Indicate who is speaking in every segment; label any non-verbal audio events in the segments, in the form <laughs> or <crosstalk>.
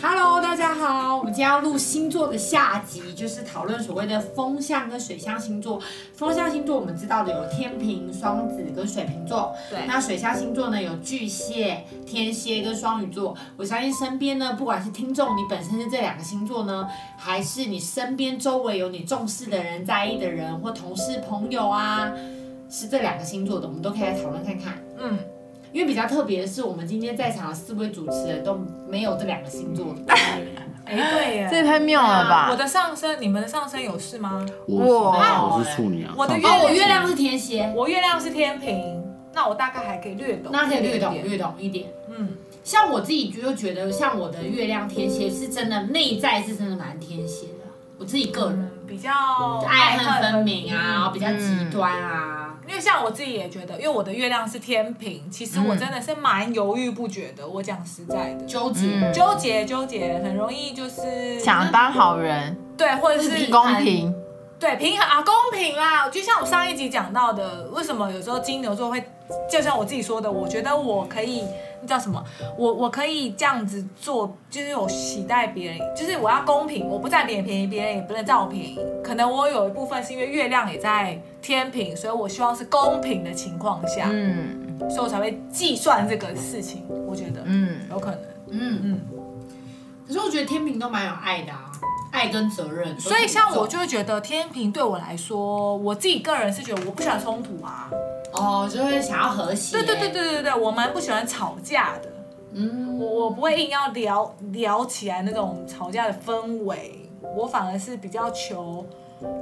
Speaker 1: Hello，大家好，我们今天要录星座的下集，就是讨论所谓的风象跟水象星座。风象星座我们知道的有天平、双子跟水瓶座，
Speaker 2: 对
Speaker 1: 那水象星座呢有巨蟹、天蝎跟双鱼座。我相信身边呢，不管是听众你本身是这两个星座呢，还是你身边周围有你重视的人、在意的人或同事、朋友啊，是这两个星座的，我们都可以来讨论看看。
Speaker 2: 嗯，
Speaker 1: 因为比较特别的是，我们今天在场的四位主持人都没有这两个星座的。
Speaker 3: 哎，对耶，
Speaker 4: 这也太妙了
Speaker 3: 我
Speaker 4: 吧！
Speaker 3: 的上身，你们的上身有事吗？
Speaker 5: 我是
Speaker 4: 哇
Speaker 5: 我是处女啊，
Speaker 3: 我的
Speaker 5: 上
Speaker 3: 月
Speaker 1: 哦，我月亮是天蝎，
Speaker 3: 我月亮是天平，那我大概还可以略懂，
Speaker 1: 那可以略懂
Speaker 3: 一点点
Speaker 1: 略懂一点。
Speaker 3: 嗯，
Speaker 1: 像我自己就觉得，像我的月亮天蝎是真的内在是真的蛮天蝎的，我自己个人
Speaker 3: 嗯比较
Speaker 1: 爱恨分明啊，，比较极端啊。
Speaker 3: 因为像我自己也觉得，因为我的月亮是天平，其实
Speaker 1: 嗯
Speaker 3: 我真的是蛮犹豫不决的。我讲实在的，
Speaker 1: 纠结，
Speaker 3: 纠结纠结，很容易就是
Speaker 4: 想当好人，
Speaker 3: 对，或者是
Speaker 1: 平衡
Speaker 4: 公平，
Speaker 3: 对平衡啊，公平啦。就像我上一集讲到的，为什么有时候金牛座会，就像我自己说的，我觉得我可以，那叫什么？我我可以这样子做，就是我期待别人，就是我要公平，我不占别人便宜，别人也不能占我便宜。可能我有一部分是因为月亮也在天平，所以我希望是公平的情况下，
Speaker 4: 嗯
Speaker 3: 所以我才会计算这个事情。我觉得
Speaker 4: 嗯，
Speaker 3: 有可能，
Speaker 1: 嗯。
Speaker 3: 嗯。
Speaker 1: 可是我觉得天平都蛮有爱的啊，爱跟责任。
Speaker 3: 所以像我就会觉得天平对我来说，我自己个人是觉得我不喜欢冲突啊。
Speaker 1: 哦，就会想要和谐。
Speaker 3: 对对对，对对对，我蛮不喜欢吵架的，
Speaker 1: 嗯，
Speaker 3: 我我不会硬要聊聊起来那种吵架的氛围，我反而是比较求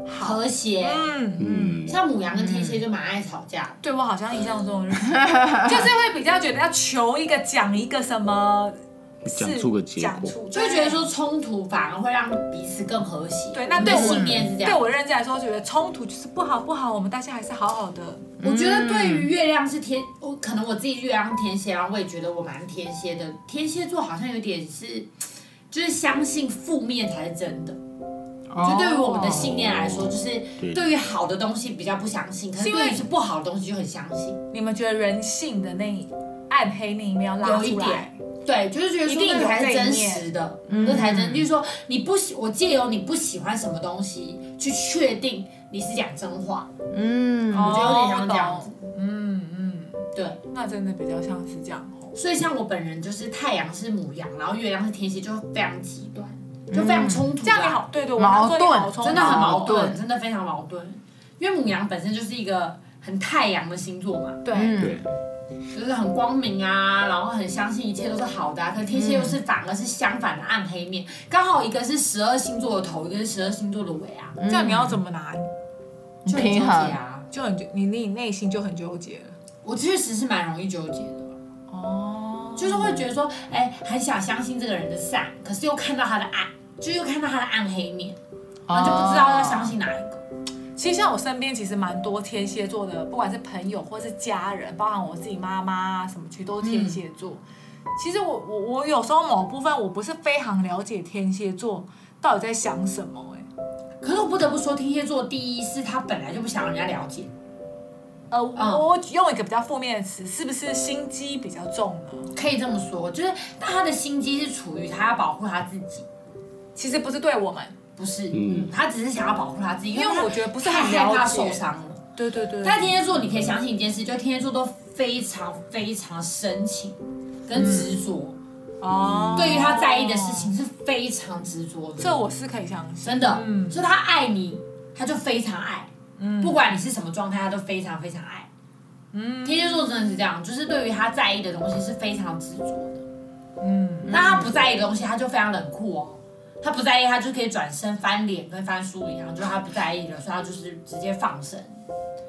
Speaker 3: 好。
Speaker 1: 和谐。
Speaker 3: 嗯，
Speaker 5: 嗯，
Speaker 1: 像母羊跟天蝎就蛮爱吵架的。
Speaker 3: 对我好像印象中
Speaker 1: <laughs>
Speaker 3: 就是就是会比较觉得要求一个讲一个什么事，
Speaker 5: 讲出个结
Speaker 3: 讲
Speaker 5: 果
Speaker 3: 出
Speaker 1: 就会觉得说冲突反而会让彼此更和谐。
Speaker 3: 对那对我
Speaker 1: 信念是这
Speaker 3: 对
Speaker 1: 样。
Speaker 3: 我认知来说，觉得冲突就是不好不好，我们大家还是好好的。
Speaker 1: 我觉得对于月亮是天，我可能我自己月亮是天蝎，然后我也觉得我蛮天蝎的。天蝎座好像有点是，就是相信负面才是真的。
Speaker 4: 哦
Speaker 1: 就对于我们的信念来说，就是
Speaker 5: 对
Speaker 1: 对于好的东西比较不相信，可是
Speaker 3: 是因为
Speaker 1: 对于是不好的东西就很相信。
Speaker 3: 你们觉得人性的那一暗黑那一面要拉
Speaker 1: 有一
Speaker 3: 出来
Speaker 1: 点？对，就是觉得
Speaker 3: 一
Speaker 1: 说
Speaker 3: 定
Speaker 1: 那个
Speaker 3: 有
Speaker 1: 才是
Speaker 3: 这一
Speaker 1: 真
Speaker 3: 面嗯
Speaker 1: 实的，那才是真。就是说，你不喜，我借由你不喜欢什么东西去确定你是讲真话，
Speaker 4: 嗯
Speaker 1: 我
Speaker 3: 哦
Speaker 1: 觉得有点像这样子。
Speaker 3: 嗯嗯，
Speaker 1: 对，
Speaker 3: 那真的比较像是这样哦。
Speaker 1: 所以像我本人就是太阳是母羊，然后月亮是天蝎，就非常极端，就非常冲突、啊。
Speaker 3: 嗯这样你，好，对对，我
Speaker 4: 矛
Speaker 3: 刚说你
Speaker 4: 盾
Speaker 3: 好冲
Speaker 1: 真的很矛
Speaker 4: 矛
Speaker 1: 盾，
Speaker 4: 盾
Speaker 1: 真的非常矛盾。因为母羊本身就是一个很太阳的星座嘛，
Speaker 3: 对，
Speaker 4: 嗯，
Speaker 5: 对，
Speaker 1: 就是很光明啊，然后很相信一切都是好的、啊。可天蝎
Speaker 3: 嗯
Speaker 1: 又是反而是相反的暗黑面，刚好一个是十二星座的头，一个是十二星座的尾啊，
Speaker 3: 这样你要怎么拿？
Speaker 1: 就很纠
Speaker 4: 平
Speaker 1: 结
Speaker 4: 衡
Speaker 1: 啊。
Speaker 3: 就很你你内心就很纠结了。
Speaker 1: 我确实是蛮容易纠结的。
Speaker 3: 哦，
Speaker 1: 就是会觉得说，哎、很想相信这个人的善，可是又看到他的暗，就又看到他的暗黑面，然后就不知道要
Speaker 4: 哦
Speaker 1: 相信哪一个。
Speaker 3: 其实像我身边其实蛮多天蝎座的，不管是朋友或是家人，包含我自己妈妈什么，其实都是天蝎座。其实我我我有时候某部分我不是非常了解天蝎座到底在想什么、哎，
Speaker 1: 可是我不得不说，天蝎座第一是他本来就不想让人家了解，
Speaker 3: 呃，
Speaker 1: 嗯
Speaker 3: 我我用一个比较负面的词，是不是心机比较重呢？
Speaker 1: 可以这么说，就是但他的心机是处于他要保护他自己，
Speaker 3: 其实不是对我们，
Speaker 1: 不是，
Speaker 5: 嗯
Speaker 1: 他只是想要保护他自己，
Speaker 3: 因为
Speaker 1: 他
Speaker 3: 我觉得不是
Speaker 1: 太
Speaker 3: 很
Speaker 1: 害
Speaker 3: 了
Speaker 1: 怕
Speaker 3: 解
Speaker 1: 受伤了。
Speaker 3: 对对对，
Speaker 1: 但天蝎座你可以相信一件事，就天蝎座都非常非常深情跟执着，
Speaker 3: 哦，
Speaker 1: 对于他在意的事，情是非常执着的。
Speaker 3: 这我是可以相信。
Speaker 1: 真的，
Speaker 3: 嗯
Speaker 1: 就他爱你，他就非常爱，
Speaker 3: 嗯
Speaker 1: 不管你是什么状态，他都非常非常爱。
Speaker 3: 嗯
Speaker 1: 天蝎座真的是这样，就是对于他在意的东西是非常执着的。
Speaker 3: 嗯，
Speaker 1: 那他不在意的东西，他就非常冷酷哦。他不在意，他就可以转身翻脸，跟翻书一样，就是他不在意了，所以他就是直接放生。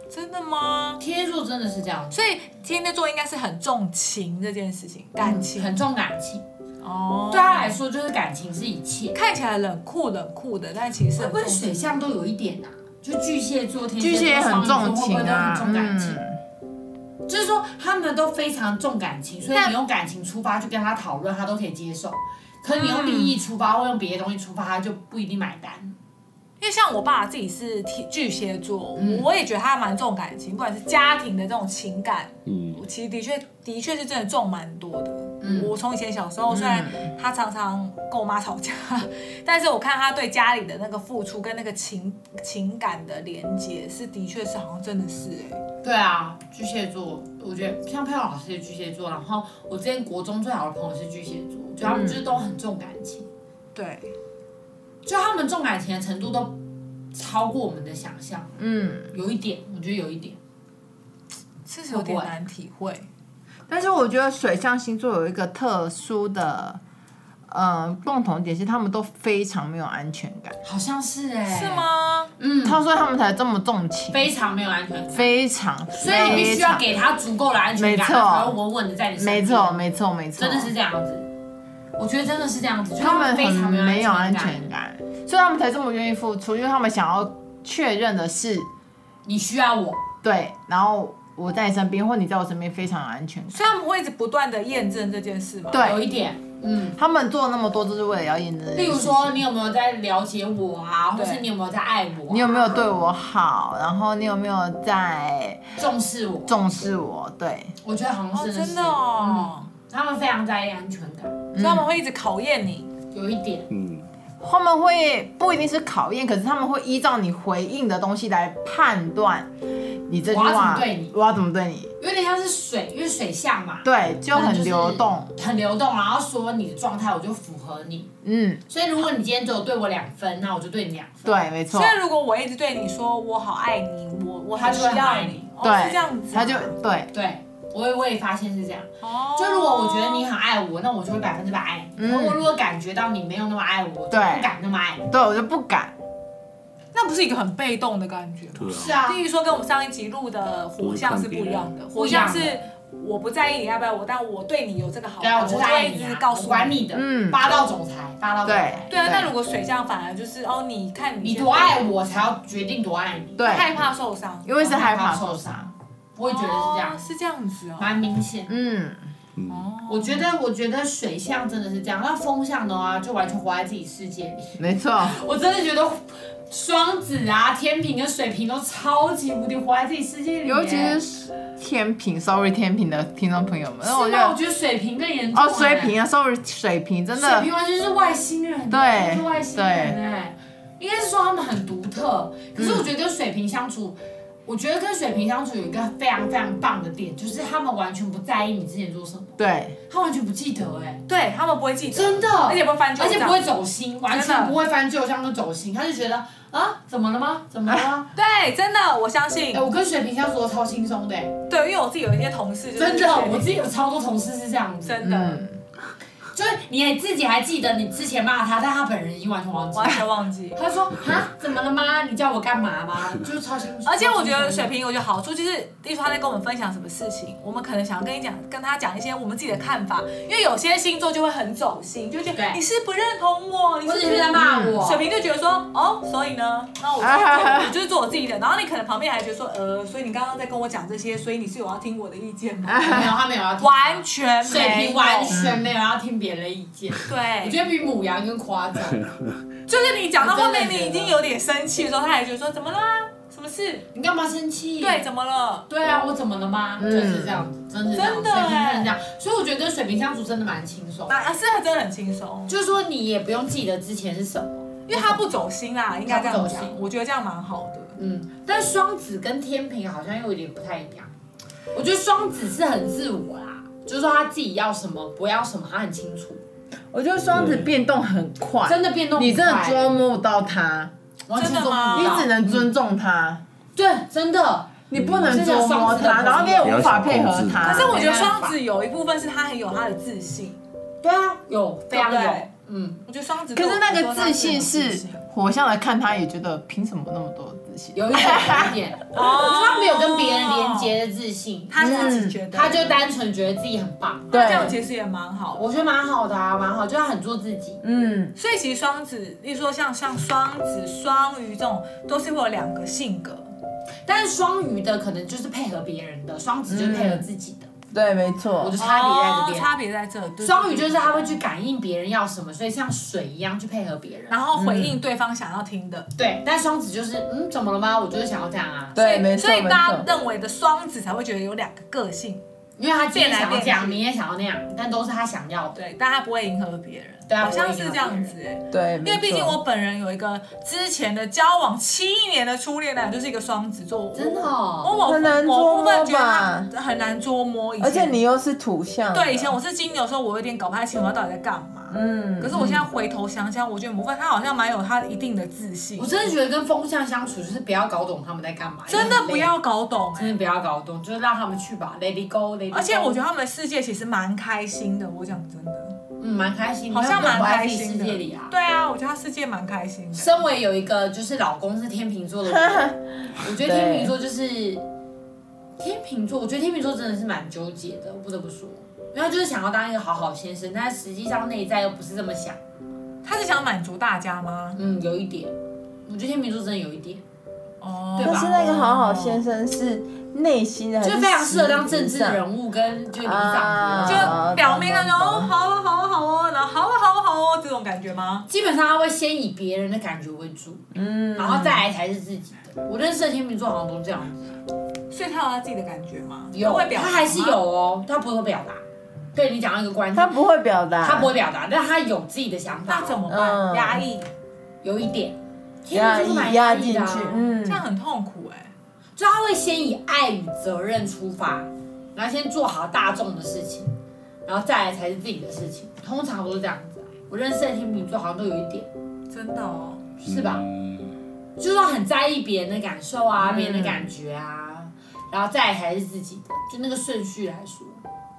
Speaker 3: 真的吗？
Speaker 1: 天蝎座真的是这样，
Speaker 3: 所以天蝎座应该是很重情这件事情，感情、
Speaker 1: 很重感情，
Speaker 3: 哦，
Speaker 1: 对他来说就是感情是一切。
Speaker 3: 看起来冷酷冷酷的，但其实
Speaker 1: 会
Speaker 3: 是很
Speaker 1: 不会
Speaker 3: 重情
Speaker 1: 水象都有一点啊？就巨蟹座、天
Speaker 4: 巨蟹也
Speaker 1: 蝎座
Speaker 4: 很
Speaker 1: 双鱼座会不
Speaker 4: 重情
Speaker 1: 会都
Speaker 4: 啊
Speaker 1: 很，重感情？
Speaker 4: 嗯，
Speaker 1: 就是说他们都非常重感情，所以
Speaker 3: 但
Speaker 1: 你用感情出发去跟他讨论，他都可以接受。可是你用利益出发，或用别的东西出发，他就不一定买单。
Speaker 3: 因为像我爸自己是天巨蟹座，我也觉得他蛮重感情，不管是家庭的这种情感，
Speaker 5: 嗯，
Speaker 3: 我其实的确的确是真的重蛮多的。
Speaker 1: 嗯
Speaker 3: 我从以前小时候，虽然他常常跟我妈吵架， <laughs> 但是我看他对家里的那个付出跟那个情情感的连接，是的确是好像真的是哎、
Speaker 1: 对啊，巨蟹座，我觉得像佩蓉老师是巨蟹座，然后我之前国中最好的朋友是巨蟹座，我觉得他们就是都很重感情，
Speaker 3: 对，
Speaker 1: 就他们重感情的程度都超过我们的想象，
Speaker 4: 嗯，
Speaker 1: 有一点，我觉得有一点。
Speaker 3: 是有点难体会。
Speaker 4: 但是我觉得水象星座有一个特殊的。呃，共同点是他们都非常没有安全感，
Speaker 1: 好像是哎、
Speaker 3: 是？吗？
Speaker 1: 嗯，
Speaker 4: 他所以他们才这么重情，
Speaker 1: 非常没有安全感，
Speaker 4: 非常，
Speaker 1: 所以你必须要
Speaker 4: 非
Speaker 1: 给他足够的安全感，
Speaker 4: 没错
Speaker 1: 他才会稳稳的在你身
Speaker 4: 常，没
Speaker 1: 边。
Speaker 4: 错，没错，没错，
Speaker 1: 真的是这样子。我觉得真的是这样子，就
Speaker 4: 他们
Speaker 1: 非常
Speaker 4: 很没有
Speaker 1: 安
Speaker 4: 安全。感，所以他们才这么愿意付出，因为他们想要确认的是
Speaker 1: 你需要我，
Speaker 4: 对，然后我在你身边，或你在我身边非常有安全感。
Speaker 3: 所以他们会一直不断的验证这件事嘛。
Speaker 1: 有
Speaker 4: 对
Speaker 1: 一点，嗯。
Speaker 4: 他们做那么多，就是为了要验证这件
Speaker 1: 例
Speaker 4: 事情。
Speaker 1: 如说，你有没有在了解我啊，或
Speaker 3: 对
Speaker 1: 是你有没有在爱我、啊？
Speaker 4: 你有没有对我好，然后你有没有在
Speaker 1: 重视我？
Speaker 4: 重视我？对，
Speaker 1: 我觉得好像
Speaker 3: 哦，
Speaker 1: 真的是，嗯
Speaker 3: 真的哦，
Speaker 1: 他们非常在意安全感，
Speaker 3: 所以他们会一直考验你。
Speaker 1: 有一点。
Speaker 5: 嗯，
Speaker 4: 他们会不一定是考验，可是他们会依照你回应的东西来判断你这句
Speaker 1: 我要怎
Speaker 4: 话
Speaker 1: 么对你，
Speaker 4: 我要怎么对你，
Speaker 1: 有点像是水，因为水象嘛，
Speaker 4: 对，就很流动，
Speaker 1: 就是很流动，然后说你的状态，我就符合你。
Speaker 4: 嗯，
Speaker 1: 所以如果你今天只有对我两分，那我就对你两分。
Speaker 4: 对，没错
Speaker 3: 所，以如果我一直对你说我好爱你，我我很需
Speaker 1: 他就会
Speaker 3: 要
Speaker 1: 爱
Speaker 3: 你
Speaker 1: 你，
Speaker 3: 哦
Speaker 4: 对，
Speaker 3: 是这样子啊，
Speaker 4: 他就对，
Speaker 1: 对，我也我也发现是这样。
Speaker 3: 哦
Speaker 1: 就如果我觉得你很爱我，那我就会百分之百爱你。
Speaker 4: 嗯
Speaker 1: 可我如果感觉到你没有那么爱我，我就
Speaker 4: 对
Speaker 1: 不敢那么爱你。
Speaker 4: 对我就不敢，
Speaker 3: 那不是一个很被动的感觉吗？
Speaker 5: 对
Speaker 1: 是
Speaker 5: 啊，
Speaker 1: 啊，
Speaker 3: 地狱说跟我们上一集录的火象是不一样的，火
Speaker 1: 不一
Speaker 3: 象
Speaker 1: 样的
Speaker 3: 是我不在意你爱不爱我，但我对你有这个好
Speaker 1: 对啊，
Speaker 3: 感，
Speaker 1: 我就是
Speaker 3: 就会
Speaker 1: 爱
Speaker 3: 一
Speaker 1: 你
Speaker 3: 直
Speaker 1: 啊，
Speaker 3: 告
Speaker 1: 我
Speaker 3: 诉
Speaker 1: 管你的。
Speaker 4: 嗯
Speaker 1: 霸道总裁，霸道总裁。
Speaker 4: 对
Speaker 3: 对啊，但如果水象反而就是哦，你看你
Speaker 1: 你多爱，我，才要决定多爱你。
Speaker 4: 对
Speaker 3: 害怕受伤，
Speaker 4: 因为是害怕
Speaker 1: 怕
Speaker 4: 受伤，
Speaker 1: 伤，我也觉得是这
Speaker 3: 哦
Speaker 1: 样，
Speaker 3: 是这样子哦。哦
Speaker 1: 蛮明显。
Speaker 4: 嗯，
Speaker 5: 嗯，
Speaker 1: 我觉得，我觉得水象真的是这样，那风象的话就完全活在自己世界里。
Speaker 4: 没错，
Speaker 1: 我真的觉得双子啊、天平跟水瓶都超级无敌活在自己世界里耶。
Speaker 4: 尤其是天平，sorry 天平的听众朋友们，
Speaker 1: 是
Speaker 4: 那我觉
Speaker 1: 吗？我
Speaker 4: 得
Speaker 1: 觉得水瓶更严重。哎
Speaker 4: 哦水瓶。啊，sorry 水瓶真
Speaker 1: 水
Speaker 4: 的
Speaker 1: 瓶完啊全是外星人，
Speaker 4: 对
Speaker 1: 是外星人哎、应该是说他们很独特。可是我觉得跟水瓶相处，我觉得跟水瓶相处有一个非常非常棒的点，就是他们完全不在意你之前做什么，
Speaker 4: 对，
Speaker 1: 他完全不记得哎、
Speaker 3: 对他们不会记得，
Speaker 1: 真的，
Speaker 3: 而且不会翻旧
Speaker 1: 而
Speaker 3: 账，
Speaker 1: 且不会走心，完
Speaker 3: 真
Speaker 1: 全
Speaker 3: 的
Speaker 1: 不会翻旧账跟走心，他就觉得啊，怎么了吗？怎么了吗？ <laughs>
Speaker 3: 对，真的我相信
Speaker 1: 哎、，我跟水瓶相处都超轻松的、哎
Speaker 3: 对，因为我自己有一些同事就是
Speaker 1: 真的，
Speaker 3: 水
Speaker 1: 我自己有超多同事是这样子，
Speaker 3: 真的
Speaker 4: 嗯，
Speaker 1: 就是你自己还记得你之前骂他，但他本人已经完全忘记了
Speaker 3: 完。全忘记。
Speaker 1: 他 <laughs> 说啊，怎么了吗？你叫我干嘛 <laughs> 吗？就是超心。
Speaker 3: 而且我觉得水瓶有一个好处，就是例如他在跟我们分享什么事情，我们可能想要跟你讲，跟他讲一些我们自己的看法，因为有些星座就会很走心，就觉得
Speaker 1: 对
Speaker 3: 你是不认同我，你
Speaker 1: 或者
Speaker 3: 是不
Speaker 1: 是
Speaker 3: 是
Speaker 1: 在骂我，
Speaker 3: 水瓶就觉得说，哦，所以呢，那我就做我就是做我自己的，然后你可能旁边还觉得说，呃，所以你刚刚在跟我讲这些，所以你是有要听我的意见吗？
Speaker 1: 没有，他没有要听
Speaker 3: 完全
Speaker 1: 水
Speaker 3: 没
Speaker 1: 瓶
Speaker 3: 有，
Speaker 1: 完全没有要听别人的意见，我
Speaker 3: 对，
Speaker 1: 觉得比母羊更夸 <laughs> 张。
Speaker 3: 就是你讲到后面
Speaker 1: 我真的
Speaker 3: 你
Speaker 1: 觉得
Speaker 3: 已经有点生气的时候，他还觉得说怎么啦，什么事？
Speaker 1: 你干嘛生气？
Speaker 3: 对，怎么了？
Speaker 1: 对啊，我怎么了吗？就是这样子，真的是这样
Speaker 3: 真的
Speaker 1: 水瓶真的
Speaker 3: 欸
Speaker 1: 是这样，所以我觉得跟水瓶相处真的蛮轻松，
Speaker 3: 啊，是他真的很轻松。
Speaker 1: 就是说你也不用记得之前是什么。
Speaker 3: 因为他不走心啦，应该
Speaker 1: 嗯
Speaker 3: 这
Speaker 1: 他
Speaker 3: 样
Speaker 1: 不走心
Speaker 3: 讲。我觉得这样蛮好的。
Speaker 1: 嗯，但双子跟天平好像又有点不太一样。我觉得双子是很自我啦，就是说他自己要什么，不要什么，他很清楚，
Speaker 4: 我觉得双子变动很快，
Speaker 1: 真的变动很
Speaker 4: 你真的
Speaker 1: 快
Speaker 4: 捉摸不到他，
Speaker 1: 完全
Speaker 3: 真的吗
Speaker 1: 做
Speaker 4: 你
Speaker 1: 不到
Speaker 4: 只能尊重他，
Speaker 1: 对，真的，
Speaker 4: 你不能捉摸他，然后你也无法配合他。
Speaker 3: 可是我觉得
Speaker 1: 没办法
Speaker 3: 双子有一部分是他很有他的自信，
Speaker 1: 对啊，有非常
Speaker 3: 对不
Speaker 1: 有
Speaker 3: 对，
Speaker 1: 嗯，
Speaker 3: 我觉得双子对
Speaker 4: 可
Speaker 3: 我
Speaker 4: 是
Speaker 3: 来
Speaker 4: 那
Speaker 3: 说
Speaker 4: 个
Speaker 3: 他很
Speaker 4: 自信
Speaker 3: 有自
Speaker 4: 是火象来看他也觉得凭什么那么多自信？
Speaker 1: 有一点有一点，
Speaker 3: <laughs> 哦，他
Speaker 1: 他没有跟别人连，接的自信，嗯
Speaker 3: 他自己觉得，
Speaker 1: 他就单纯觉得自己很棒，
Speaker 4: 对
Speaker 3: 这样其实也蛮好的。
Speaker 1: 我觉得蛮好的啊，蛮好，就他很做自己，
Speaker 4: 嗯，
Speaker 3: 所以其实双子，例如说像像双子、双鱼这种，都是会有两个性格，
Speaker 1: 但是双鱼的可能就是配合别人的，双子就是配合自己的，
Speaker 4: 对，没
Speaker 1: 我
Speaker 4: 错
Speaker 1: 就，差别在这
Speaker 3: 嗯哦
Speaker 1: 边。
Speaker 3: 差别在这。对
Speaker 1: 双鱼就是他会去感应别人要什么，所以像水一样去配合别人。
Speaker 3: 然后回
Speaker 1: 嗯
Speaker 3: 应对方想要听的。
Speaker 1: 对，但双子就是嗯，怎么了吗？我就是想要这样啊，
Speaker 3: 所
Speaker 4: 对，
Speaker 3: 以
Speaker 4: 没错，
Speaker 3: 所以
Speaker 4: 没
Speaker 3: 大家
Speaker 4: 错。
Speaker 3: 认为的双子才会觉得有两个个性，
Speaker 1: 因为他今天
Speaker 3: 变来
Speaker 1: 想要这
Speaker 3: 变去
Speaker 1: 样，明天想要那样，但都是他想要的。
Speaker 3: 对，但他不会迎合别人，
Speaker 1: 对啊
Speaker 3: 好像是
Speaker 1: 不会迎合
Speaker 3: 这样子、欸。
Speaker 4: 对，因
Speaker 3: 因为毕竟我本人有一个之前的交往七年的初恋男友，就是一个双子座，
Speaker 1: 真的哦
Speaker 3: 我我
Speaker 4: 很难捉
Speaker 3: 我部分
Speaker 4: 摸
Speaker 3: 觉得
Speaker 4: 吧
Speaker 3: 他很难捉摸。以前
Speaker 4: 而且你又是土象的，
Speaker 3: 对以前我是金牛的时候，我有点搞不太清楚他到底在干嘛。
Speaker 4: 嗯
Speaker 3: 可是我现在回头想想，我觉得某部分他好像蛮有他一定的自信
Speaker 1: 我，真的觉得跟风象相处就是不要搞懂他们在干嘛，
Speaker 3: 真
Speaker 1: 因为
Speaker 3: 的
Speaker 1: 很累
Speaker 3: 不，要搞懂、欸
Speaker 1: 真。的不要搞懂，就是让他们去吧，Let it go，Let it go。
Speaker 3: 而且我觉得他们的世界其实蛮开心的，我讲真的，
Speaker 1: 嗯蛮开心，
Speaker 3: 好像
Speaker 1: 他们
Speaker 3: 蛮
Speaker 1: 活在
Speaker 3: 开
Speaker 1: 自己
Speaker 3: 心的。
Speaker 1: 世界里啊。
Speaker 3: 对啊，我觉得他世界蛮开心的。
Speaker 1: 身为有一个就是老公是天秤座的我，
Speaker 3: <laughs>
Speaker 1: 我觉得天秤座就是天秤座，我觉得天秤座真的是蛮纠结的，我不得不说，因为他就是想要当一个好好先生，但实际上内在又不是这么想。
Speaker 3: 他是想满足大家吗？
Speaker 1: 嗯，有一点，我觉得天秤座真的有一点，
Speaker 3: 哦，
Speaker 1: 对吧
Speaker 4: 但是那个好好先生是内心的，还
Speaker 1: 就是非常适合当政
Speaker 4: 实
Speaker 1: 治
Speaker 4: 际上
Speaker 1: 人物跟就是领
Speaker 4: 啊
Speaker 1: 长之类的，就
Speaker 3: 就表面那种哦，好啊，好啊，好啊，然后好啊，好啊，好啊这种感觉吗？
Speaker 1: 基本上他会先以别人的感觉为主，嗯，然后再来才是自己的。我认识的天秤座好像都这样子，
Speaker 3: 所以他有他自己的感觉吗？
Speaker 1: 有
Speaker 3: 他会表达
Speaker 1: 他
Speaker 3: 吗
Speaker 1: 还是有哦，他不会表达。对你讲到一个关键，
Speaker 4: 他不会表达，
Speaker 1: 他不会表达，但他有自己的想法
Speaker 3: 那，怎么办？
Speaker 4: 嗯
Speaker 3: 压抑，
Speaker 1: 有一点，天
Speaker 4: 压
Speaker 1: 秤就是蛮
Speaker 4: 抑
Speaker 1: 压
Speaker 4: 压
Speaker 1: 抑
Speaker 4: 进
Speaker 1: 的啊、
Speaker 4: 去，
Speaker 3: 这
Speaker 4: 嗯，
Speaker 3: 样很痛苦哎。
Speaker 1: 就他会先以爱与责任出发，然后先做好大众的事情，然后再来才是自己的事情，通常都是这样子啊、我认识的天秤座好像都有一点，
Speaker 3: 真的哦，
Speaker 1: 是吧？
Speaker 5: 嗯
Speaker 1: 就是说很在意别人的感受
Speaker 3: 嗯
Speaker 1: 啊，别、人的感觉啊，然后再来才是自己的，就那个顺序来说。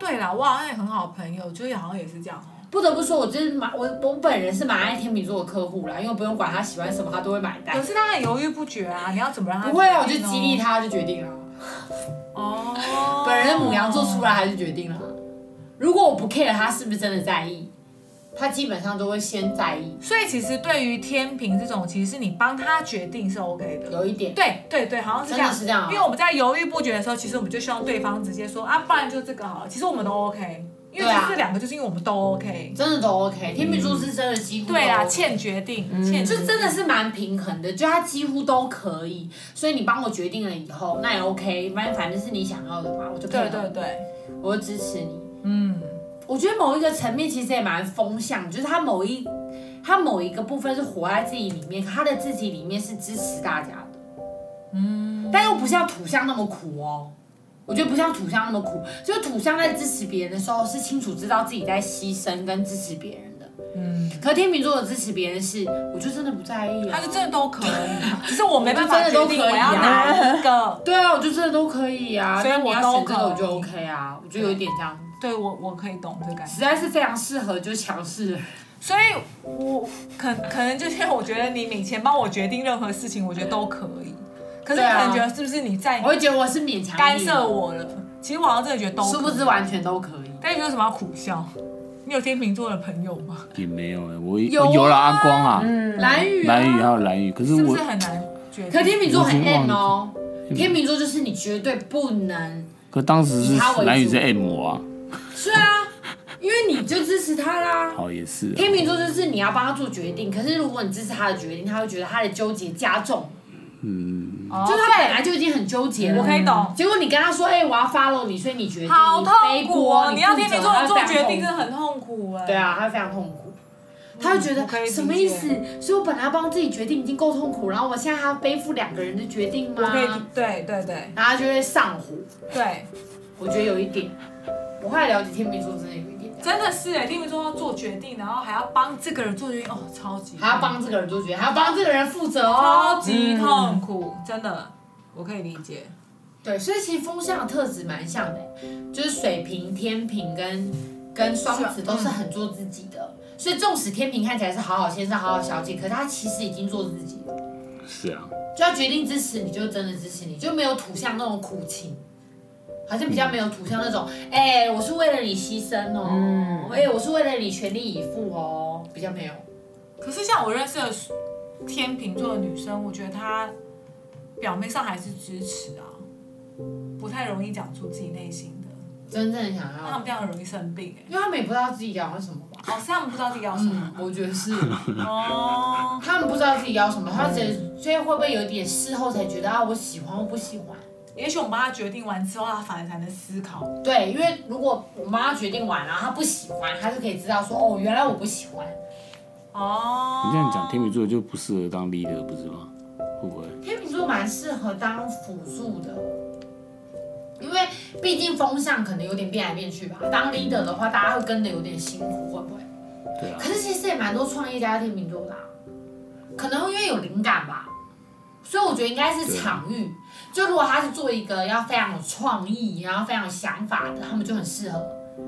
Speaker 3: 对啦，我好像也很好的朋友，就是好像也是这样哦。
Speaker 1: 不得不说，我就是蛮我我本人是蛮爱天秤座的客户啦，因为我不用管他喜欢什么，他都会买单
Speaker 3: 可。是他很犹豫不决啊，你要怎么让他
Speaker 1: 不会啊，我
Speaker 3: 决
Speaker 1: 就
Speaker 3: 定呢
Speaker 1: 激励他就决定了。
Speaker 3: 哦。
Speaker 1: 本人母羊座出来还是决定了。如果我不 care 他是不是真的在意，他基本上都会先在意，
Speaker 3: 所以其实对于天平这种，其实是你帮他决定是 OK 的。
Speaker 1: 有一点。
Speaker 3: 对对对，好像是这
Speaker 1: 真
Speaker 3: 样，
Speaker 1: 的是这样啊
Speaker 3: 因为我们在犹豫不决的时候，其实我们就希望对方直接说啊，不然就这个好了。其实我们都 OK，因为
Speaker 1: 对啊
Speaker 3: 其实这两个就是因为我们都 OK。
Speaker 1: 真的都 OK，天秤座是真的几乎都
Speaker 3: 对啦，
Speaker 1: OK
Speaker 3: 欠决定，欠
Speaker 1: 就真的是蛮平衡的，就他几乎都可以，所以你帮我决定了以后，那也 OK，反正反正是你想要的嘛，我就配合
Speaker 3: 对对对，
Speaker 1: 我就支持你。
Speaker 3: 嗯，
Speaker 1: 我觉得某一个层面其实也蛮风向，就是他某一他某一个部分是活在自己里面，可他的自己里面是支持大家的，嗯，但又不像土象那么苦哦。我觉得不像土象那么苦，就土象在支持别人的时候是清楚知道自己在牺牲跟支持别人的，嗯，可天秤座的支持别人是，我就真的不在意、啊，
Speaker 3: 他就真的都可以，只是我没办
Speaker 1: 我
Speaker 3: 法
Speaker 1: 就真的都
Speaker 3: 决
Speaker 1: 可
Speaker 3: 定
Speaker 1: 以
Speaker 3: 我
Speaker 1: 啊
Speaker 3: 要哪一个。
Speaker 1: 对啊，我就真的都可以啊，
Speaker 3: 所以
Speaker 1: 那你
Speaker 3: 我
Speaker 1: 要
Speaker 3: 都
Speaker 1: 选这个
Speaker 3: 可
Speaker 1: 我就
Speaker 3: 以
Speaker 1: OK 啊，我就有一点这样，
Speaker 3: 对我我可以懂这个感觉，
Speaker 1: 实在是非常适合就是强势的人。
Speaker 3: 所以我可可能就是我觉得你以前帮我决定任何事情，我觉得都可以。可是
Speaker 1: 对
Speaker 3: 你
Speaker 1: 啊
Speaker 3: 可能觉得是不是你在
Speaker 1: 我会觉得我是勉强你
Speaker 3: 干涉，我了？其实我好像真的觉得都可以
Speaker 1: 殊不知完全都可以。
Speaker 3: 但你有什么要苦笑？你有天秤座的朋友吗？
Speaker 5: 也没有哎，我
Speaker 1: 有啊
Speaker 5: 有了阿光啊，
Speaker 3: 嗯
Speaker 1: 蓝宇、啊，
Speaker 5: 蓝宇还有蓝宇，可是
Speaker 3: 是不
Speaker 5: 我
Speaker 3: 是很难决
Speaker 1: 可天
Speaker 3: 定？
Speaker 1: 秤座很
Speaker 5: 我已经忘
Speaker 1: M 哦，天秤座就是你绝对不能，
Speaker 5: 可当时
Speaker 1: 以
Speaker 5: 是
Speaker 1: 他为主
Speaker 5: 蓝宇是 M 我啊，
Speaker 1: 是啊，因为你就支持他啦。
Speaker 5: 好也是啊，
Speaker 1: 天秤座就是你要帮他做决定，可是如果你支持他的决定，他会觉得他的纠结加重，
Speaker 5: 嗯
Speaker 3: 哦
Speaker 1: 就是他本来就已经很纠结
Speaker 3: 我可
Speaker 1: 了。
Speaker 3: 以懂，
Speaker 1: 结果你跟他说，哎、我要 follow 你，所以你决定，
Speaker 3: 好
Speaker 1: 背
Speaker 3: 痛苦
Speaker 1: 锅，
Speaker 3: 哦！
Speaker 1: 你
Speaker 3: 你要
Speaker 1: 负责
Speaker 3: 天秤座做决定真
Speaker 1: 他会非常
Speaker 3: 的
Speaker 1: 痛苦
Speaker 3: 很痛苦哎。
Speaker 1: 对，啊，他会非常痛苦，他会觉
Speaker 3: 嗯我可
Speaker 1: 得
Speaker 3: 以理解
Speaker 1: 什么意思？所以我本来要帮自己决定已经够痛苦，然后我现在还要背负两个人的决定
Speaker 3: 我
Speaker 1: 吗？
Speaker 3: 可以，对对对
Speaker 1: 然后他就会上火。
Speaker 3: 对，
Speaker 1: 我觉得有一点，我后来了解天秤座真的有一点这样，
Speaker 3: 真的是哎，天秤座要做决定，然后还要帮这个人做决定，哦，超级
Speaker 1: 还要帮这个人做决定，还要帮这个人负责
Speaker 3: 超
Speaker 1: 哦。
Speaker 3: 级痛苦，
Speaker 1: 嗯
Speaker 3: 真的，我可以理解。
Speaker 1: 对，所以其实风象的特质蛮像的，就是水瓶、天平跟跟双子
Speaker 3: 嗯
Speaker 1: 都是很做自己的。所以纵使天平看起来是好好先生、好好小姐，可是他其实已经做自己了，
Speaker 5: 是啊，
Speaker 1: 就要决定支持你，就真的支持你，就没有土象那种苦情。好像比较没有土象那种，哎、我是为了你牺牲哦，哎、我是为了你全力以赴哦，比较没有。
Speaker 3: 可是像我认识的天秤座的女生，我觉得她表面上还是支持啊，不太容易讲出自己内心的，
Speaker 1: 真正想
Speaker 3: 他们
Speaker 1: 要，
Speaker 3: 比较容易生病哎、
Speaker 1: 因为他们也不知道自己要什么吧。
Speaker 3: 哦，是他们不知道自己要什么
Speaker 1: 嗯，我觉得是，
Speaker 3: 哦。
Speaker 1: 他们不知道自己要什么，他只所以会不会有点事后才觉得啊，我喜欢或不喜欢？
Speaker 3: 也许我们帮他决定完之后，他反而才能思考。
Speaker 1: 对，因为如果我妈决定完了，她不喜欢，她就可以知道说，哦，原来我不喜欢。
Speaker 3: 哦，
Speaker 5: 你这样讲，天秤座就不适合当 leader，不是吗？会不会？
Speaker 1: 天秤座蛮适合当辅助的，因为毕竟风向可能有点变来变去吧。当 leader 的话，大家会跟着有点辛苦，会不会？
Speaker 5: 对啊
Speaker 1: 可，是其实也蛮多创业家是天秤座的、啊，可能因为有灵感吧，所以我觉得应该是场域。就如果他是做一个要非常有创意，然后非常有想法的，他们就很适合。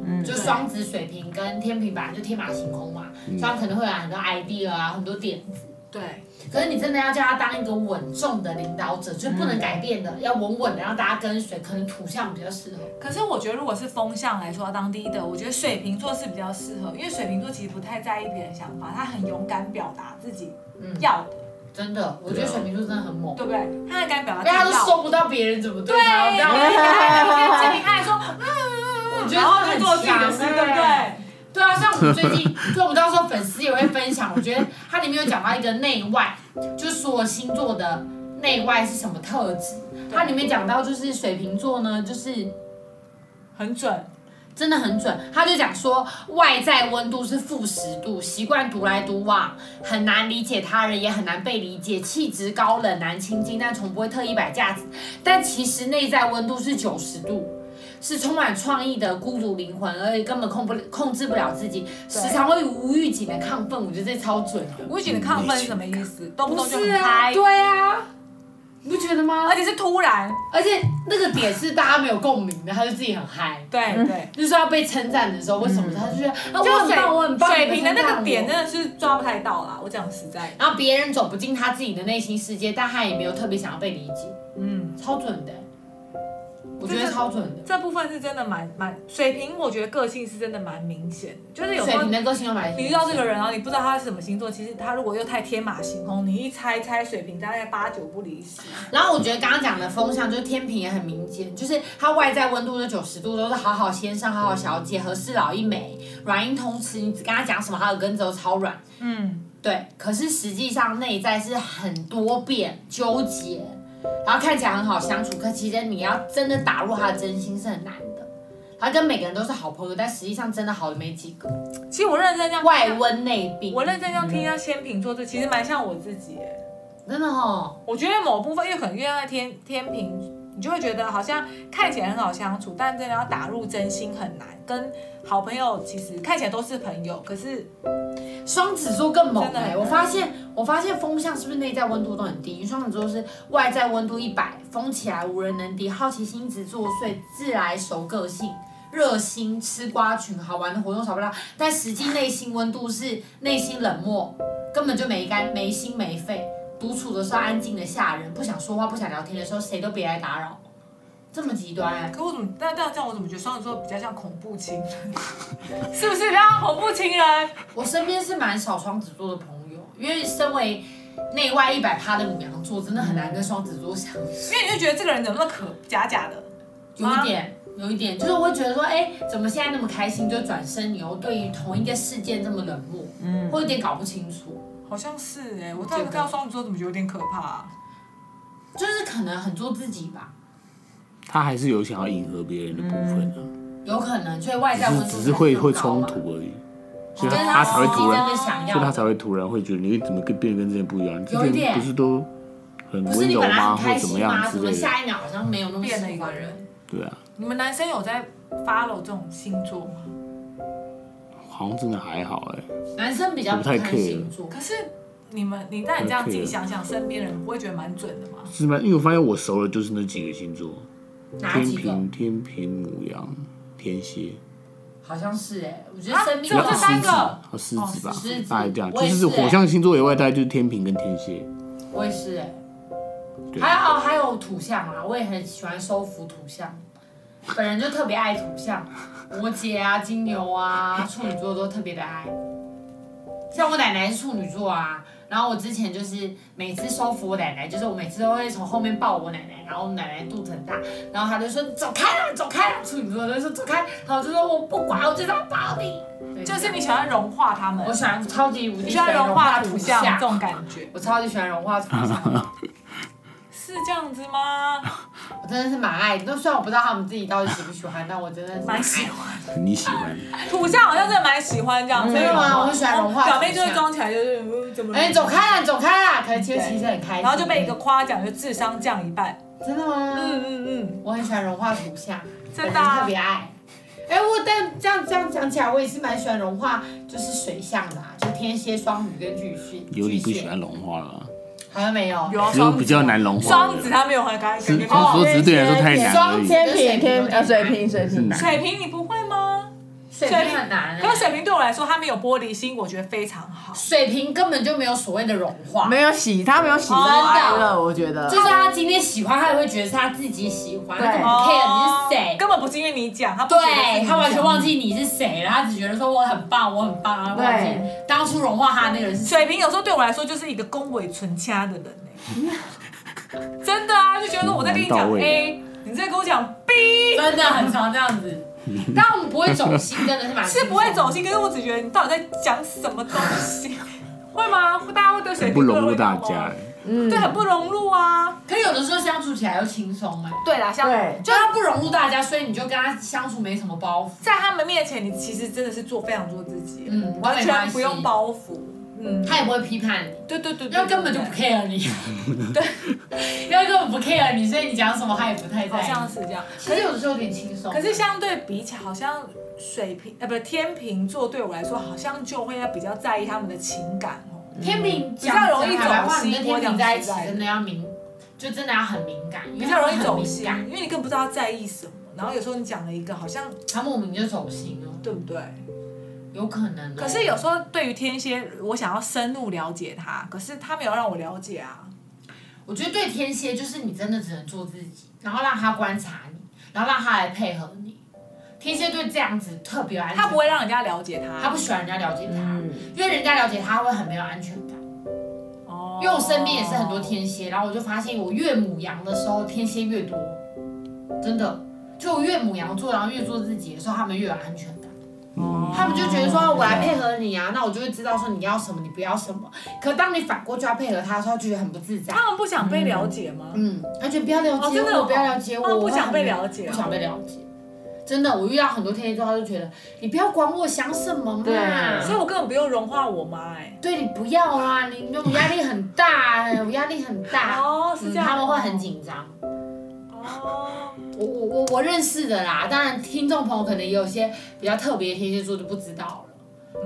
Speaker 4: 嗯
Speaker 1: 就双子、水瓶跟天平本来就天马行空嘛，所以他们可能会有很多 idea 啊，很多点子。
Speaker 3: 对，
Speaker 1: 可是你真的要叫他当一个稳重的领导者，就是不能改变的，要稳稳的让大家跟随，可能土象比较适合。
Speaker 3: 可是我觉得如果是风向来说，要当 leader，我觉得水瓶座是比较适合，因为水瓶座其实不太在意别人想法，他很勇敢表达自己
Speaker 1: 嗯，
Speaker 3: 要的，
Speaker 1: 真的，我觉得水瓶座真的很猛，
Speaker 3: 对不对？他很敢表达
Speaker 1: 因为他
Speaker 3: 自己要
Speaker 1: 都
Speaker 3: 的。
Speaker 1: 收不到别人怎么对他，
Speaker 3: 对，
Speaker 1: 然后
Speaker 3: 今天他还说，嗯嗯嗯，然后就做自己的事，
Speaker 1: 啊
Speaker 3: 对不对？
Speaker 1: 对啊，像我们最近，就我们到时候粉丝也会分享，我觉得它里面有讲到一个内外，就是所有星座的内外是什么特质。它里面讲到就是水瓶座呢，就是
Speaker 3: 很准，
Speaker 1: 真的很准。他就讲说，外在温度是负十度，习惯独来独往，很难理解他人，也很难被理解，气质高冷难亲近，但从不会特意摆架子。但其实内在温度是九十度。是充满创意的孤独灵魂，而且根本控不控制不了自己，时常会无预警的亢奋。我觉得这超准的，
Speaker 3: 我觉得亢奋是什么意思？动不动就
Speaker 1: 不
Speaker 3: 很嗨，
Speaker 1: 对啊，你不觉得吗
Speaker 3: 而？且是突然，
Speaker 1: 而且那个点是大家没有共鸣的，他就自己很嗨。
Speaker 3: 对对。
Speaker 1: 就是要被称赞的时候，为什么他就觉得、啊、我很棒，我很棒，
Speaker 3: 水
Speaker 1: 你们
Speaker 3: 平的那
Speaker 1: 称赞
Speaker 3: 个
Speaker 1: 我
Speaker 3: 点真的是抓不太到啦，我讲实在的，
Speaker 1: 然后别人走不进他自己的内心世界，但他也没有特别想要被理解，
Speaker 3: 嗯，
Speaker 1: 超准的，我觉
Speaker 3: 就
Speaker 1: 得
Speaker 3: 是
Speaker 1: 超准的。
Speaker 3: 这部分是真的蛮蛮水平，我觉得个性是真的蛮明显的，就是有时
Speaker 1: 水
Speaker 3: 候
Speaker 1: 瓶的个性要买，
Speaker 3: 你遇到这个人，然后你不知道他是什么星座，其实他如果又太天马行空，你一猜猜水平大概八九不离十，
Speaker 1: 然后我觉得刚刚讲的风向就是天平也很明显，就是它外在温度就九十度，都是好好先生、好好小姐、和事佬一枚，软硬通吃。你只跟他讲什么，他耳根子都超软。
Speaker 3: 嗯，
Speaker 1: 对，可是实际上内在是很多变、纠结，然后看起来很好相处，可其实你要真的打入他的真心是很难的。他跟每个人都是好朋友，但实际上真的好的没几个。
Speaker 3: 其实我认真这样
Speaker 1: 外温内病，
Speaker 3: 我认真这样听一下天秤座，这其实蛮像我自己耶。
Speaker 1: 真的哦，
Speaker 3: 我觉得某部分，因为可能越在天天平，你就会觉得好像看起来很好相处，但真的要打入真心很难。跟好朋友其实看起来都是朋友，可是
Speaker 1: 双子座更猛
Speaker 3: 真的嗯
Speaker 1: 哎、
Speaker 3: 很
Speaker 1: 我发现，我发现风向是不是内在温度都很低？双子座是外在温度一百，封起来无人能敌，好奇心一直作祟，自来熟个性。热心吃瓜群，好玩的活动少不了，但实际内心温度是内心冷漠，根本就没肝没心没肺。独处的时候安静的吓人，不想说话不想聊天的时候，谁都别来打扰。这么极端、欸，
Speaker 3: 可我怎么但但这样我怎么觉得双子座比较像恐怖情人， <laughs> 是不是比较像恐怖情人？
Speaker 1: 我身边是蛮少双子座的朋友，因为身为内外一百趴的母羊座，真的很难跟双子座相处。
Speaker 3: 因为你就觉得这个人怎么那么可假假的？
Speaker 1: 有一点，有一点，就是我会觉得说，哎、怎么现在那么开心，就转身以后对于同一个事件这么冷漠，嗯，会有点搞不清楚，
Speaker 3: 好像是哎、我突然看到双子座怎么觉得有点可怕、啊？
Speaker 1: 就是可能很做自己吧，
Speaker 5: 他还是有想要迎合别人的部分啊，
Speaker 1: 有可能，所以外在
Speaker 5: 只
Speaker 1: 温
Speaker 5: 是
Speaker 1: 度
Speaker 5: 只是会
Speaker 1: 很
Speaker 5: 会
Speaker 1: 高
Speaker 5: 冲
Speaker 1: 嘛，
Speaker 5: 突而已，所以
Speaker 1: 跟
Speaker 5: 他他才会
Speaker 1: 实际
Speaker 5: 突然
Speaker 1: 真的想
Speaker 5: 所以他
Speaker 1: 要。
Speaker 5: 才会突然会觉得你怎么跟变得跟之前不一样？你之
Speaker 1: 有一
Speaker 5: 前
Speaker 1: 点
Speaker 5: 不是都很
Speaker 1: 不是
Speaker 5: 温
Speaker 1: 你
Speaker 5: 柔
Speaker 1: 本来很
Speaker 5: 吗，或者
Speaker 1: 开
Speaker 5: 怎么
Speaker 1: 心
Speaker 5: 样
Speaker 1: 吗？
Speaker 5: 之
Speaker 1: 怎
Speaker 5: 类
Speaker 1: 么
Speaker 5: 的？
Speaker 1: 下一秒好像没有那么
Speaker 3: 变了
Speaker 1: 喜
Speaker 3: 一个
Speaker 1: 欢
Speaker 3: 人？
Speaker 5: 对啊，
Speaker 3: 你们男生有在 follow 这种星座吗？
Speaker 5: 好像真的还好哎、
Speaker 1: 男生比较
Speaker 5: 我
Speaker 1: 不
Speaker 5: 不太
Speaker 1: 看
Speaker 5: care
Speaker 1: 星座，
Speaker 3: 可是你们，你但你这样自己想想，身边人不会觉得蛮准的吗？
Speaker 5: 是吗？因为我发现我熟的就是那几个星座：
Speaker 1: 哪
Speaker 5: 天
Speaker 1: 几个？
Speaker 5: 平、天平、母羊、天蝎，
Speaker 1: 好像是哎、我觉得
Speaker 3: 啊
Speaker 1: 生命
Speaker 3: 只有
Speaker 1: 中
Speaker 3: 这三个
Speaker 5: 和狮
Speaker 3: 哦
Speaker 5: 子吧
Speaker 1: 狮，子
Speaker 5: 大概这样。
Speaker 1: 我
Speaker 5: 就
Speaker 1: 也
Speaker 5: 是
Speaker 1: 是欸
Speaker 5: 火象星座以外，大概就是天平跟
Speaker 1: <laughs>
Speaker 5: 天蝎。
Speaker 1: 我也是哎、
Speaker 5: 对
Speaker 1: 还有哦，还有土象啊，我也很喜欢收服土象，本人就特别爱土象，摩羯啊、金牛啊、处女座都特别的爱。像我奶奶是处女座啊，然后我之前就是每次收服我奶奶，就是我每次都会从后面抱我奶奶，然后我奶奶肚子很大，然后她就说你走开啦，走开啦，处女座就说走开，然后我就说我不管，我就是要抱你。对
Speaker 3: 就是你喜欢融化他们
Speaker 1: 我，喜欢超级无
Speaker 3: 你
Speaker 1: 敌
Speaker 3: 喜
Speaker 1: 喜欢
Speaker 3: 欢融化
Speaker 1: 土
Speaker 3: 土象这种感觉，
Speaker 1: 我超级喜欢融化土象，
Speaker 3: 是这样子吗？
Speaker 1: 我真的是蛮爱。就虽然我不知道他们自己到底喜不喜欢，但我真的是
Speaker 3: 蛮喜欢。
Speaker 5: 你喜欢？
Speaker 3: 土象好像真的蛮喜欢这样，所以
Speaker 1: 没有啊我很喜欢融化
Speaker 3: 表妹
Speaker 1: 土
Speaker 3: 就会
Speaker 1: 象
Speaker 3: 装起来，就是嗯怎么，
Speaker 1: 哎、走，开啦，走开啦！可是其实其实很开心，
Speaker 3: 然后就被一个夸奖，就智商降一半。
Speaker 1: 真的吗？
Speaker 3: 嗯嗯嗯，
Speaker 1: 我很喜欢融化土象，
Speaker 3: 真的啊
Speaker 1: 我特别爱。哎、我但这样这样讲起来，我也是蛮喜欢融化，就是水象的、啊，就天蝎、双鱼跟巨蟹。
Speaker 5: 有你不
Speaker 1: 巨蟹
Speaker 5: 喜欢融化了，
Speaker 1: 好像没有。
Speaker 3: 有啊
Speaker 5: 只有比较难融化
Speaker 3: 双
Speaker 5: 的。
Speaker 3: 子他没有很开
Speaker 5: 只
Speaker 3: 心
Speaker 5: 只是，
Speaker 3: 哦
Speaker 5: 说只是对你来说太难而已。
Speaker 1: 天
Speaker 4: 天
Speaker 1: 平天
Speaker 4: 平天
Speaker 1: 呃
Speaker 4: 呃
Speaker 1: 水
Speaker 4: 水
Speaker 1: 瓶
Speaker 4: 瓶水
Speaker 5: 是
Speaker 4: 瓶
Speaker 5: 难，
Speaker 3: 水瓶你不会吗？
Speaker 1: 水
Speaker 3: 瓶欸
Speaker 1: 瓶很难、
Speaker 3: 可是水瓶对我来说，他没有玻璃心，我觉得非常好。
Speaker 1: 水瓶根本就没有所谓的融化，
Speaker 4: 没有喜，他没有喜
Speaker 3: 哦
Speaker 4: 怒哀乐，我觉得
Speaker 1: 就是他今天喜欢，他也会觉得是他自己喜欢，他
Speaker 4: 对
Speaker 1: 根本不
Speaker 3: 哦
Speaker 1: care 你是谁。
Speaker 3: 根本不是因为你讲，他不觉得是
Speaker 1: 对
Speaker 3: 你
Speaker 1: 他完全
Speaker 3: 讲
Speaker 1: 忘记你是谁了，他只觉得说我很棒，我很棒，然后忘记当初融化他那个人是谁。
Speaker 3: 水瓶有时候对我来说就是一个恭维纯掐的人、欸、
Speaker 5: <laughs>
Speaker 3: 真的啊，就觉得我在跟你
Speaker 5: 蛮到
Speaker 3: 讲
Speaker 5: 位的
Speaker 3: A，你在跟我讲 B，
Speaker 1: 真的很常这样
Speaker 3: <laughs>
Speaker 1: 子。但我们不会走心，真的是蛮
Speaker 3: 是不会走心，可是我只觉得你到底在讲什么东西， <laughs> 会吗？大家会对水瓶
Speaker 5: 不融入
Speaker 3: 会这样
Speaker 5: 大
Speaker 3: 吗
Speaker 5: 家，
Speaker 3: 哦
Speaker 5: 欸
Speaker 3: 对，很不融入啊。
Speaker 1: 可有的时候相处起来又轻松哎，
Speaker 3: 对啦，像
Speaker 4: 对
Speaker 1: 就他不融入大家，所以你就跟他相处没什么包袱。
Speaker 3: 在他们面前，你其实真的是做非常做自己，
Speaker 1: 嗯
Speaker 3: 完
Speaker 1: 没关
Speaker 3: 全
Speaker 1: 系
Speaker 3: 不用包袱。嗯，
Speaker 1: 他也不会批判你，
Speaker 3: 对对 <laughs> 对，
Speaker 1: <laughs> 因为根本就不 care 你。对，因为根本不 care 你，所以你讲什么他也不太在
Speaker 3: 好
Speaker 1: 意。
Speaker 3: 像是这样。
Speaker 1: 其实有的时候有点轻松。
Speaker 3: 可是相对比起，好像水瓶呃，不是天秤座对我来说，好像就会比较在意他们的情感哦。
Speaker 1: 天秤
Speaker 3: 比较容易
Speaker 1: 讲讲白话，
Speaker 3: 走心
Speaker 1: 你跟天
Speaker 3: 我
Speaker 1: 秤
Speaker 3: 讲实
Speaker 1: 在一起
Speaker 3: 在的
Speaker 1: 真的要敏，就真的要很敏感，因为
Speaker 3: 比较容易
Speaker 1: 他们很
Speaker 3: 走
Speaker 1: 敏
Speaker 3: 心
Speaker 1: 感，
Speaker 3: 因为你更不知道他在意什么。然后有时候你讲了一个，好像
Speaker 1: 他莫名就走心了，
Speaker 3: 对不对？
Speaker 1: 有可能哦。
Speaker 3: 可是有时候对于天蝎，我想要深入了解他，可是他没有让我了解啊。
Speaker 1: 我觉得对天蝎就是你真的只能做自己，然后让他观察你，然后让他来配合你。天蝎对这样子特别有安全感，
Speaker 3: 他不会让人家了解他。
Speaker 1: 他不喜欢人家了解他，
Speaker 4: 嗯
Speaker 1: 因为人家了解他会很没有安全感。
Speaker 3: 哦
Speaker 1: 因为我身边也是很多天蝎，然后我就发现我越母羊的时候，天蝎越多，真的，就我越母羊座，然后越做自己的时候，他们越有安全感。
Speaker 5: 嗯
Speaker 1: 他们就觉得说我来配合你啊，那我就会知道说你要什么，你不要什么。可当你反过去要配合他的时候，他就觉得很不自在。
Speaker 3: 他们不想被了解吗？
Speaker 1: 嗯，而且不要了
Speaker 3: 哦
Speaker 1: 解
Speaker 3: 真的
Speaker 1: 我，
Speaker 3: 哦
Speaker 1: 不要了解我，
Speaker 3: 哦
Speaker 1: 我
Speaker 3: 不想
Speaker 1: 很
Speaker 3: 被了解哦
Speaker 1: 不想被了解。真的，我遇到很多天蝎座，他就觉得你不要管我想什么嘛，
Speaker 4: 对
Speaker 3: 所以我根本不用融化我妈哎、
Speaker 1: 对你不要啦，你那种压力很大，我压力很大，
Speaker 3: 哦是这样
Speaker 1: 啊嗯他们会很紧张。
Speaker 3: 哦，
Speaker 1: 我我我我认识的啦，当然听众朋友可能也有些比较特别的天蝎座就不知道了。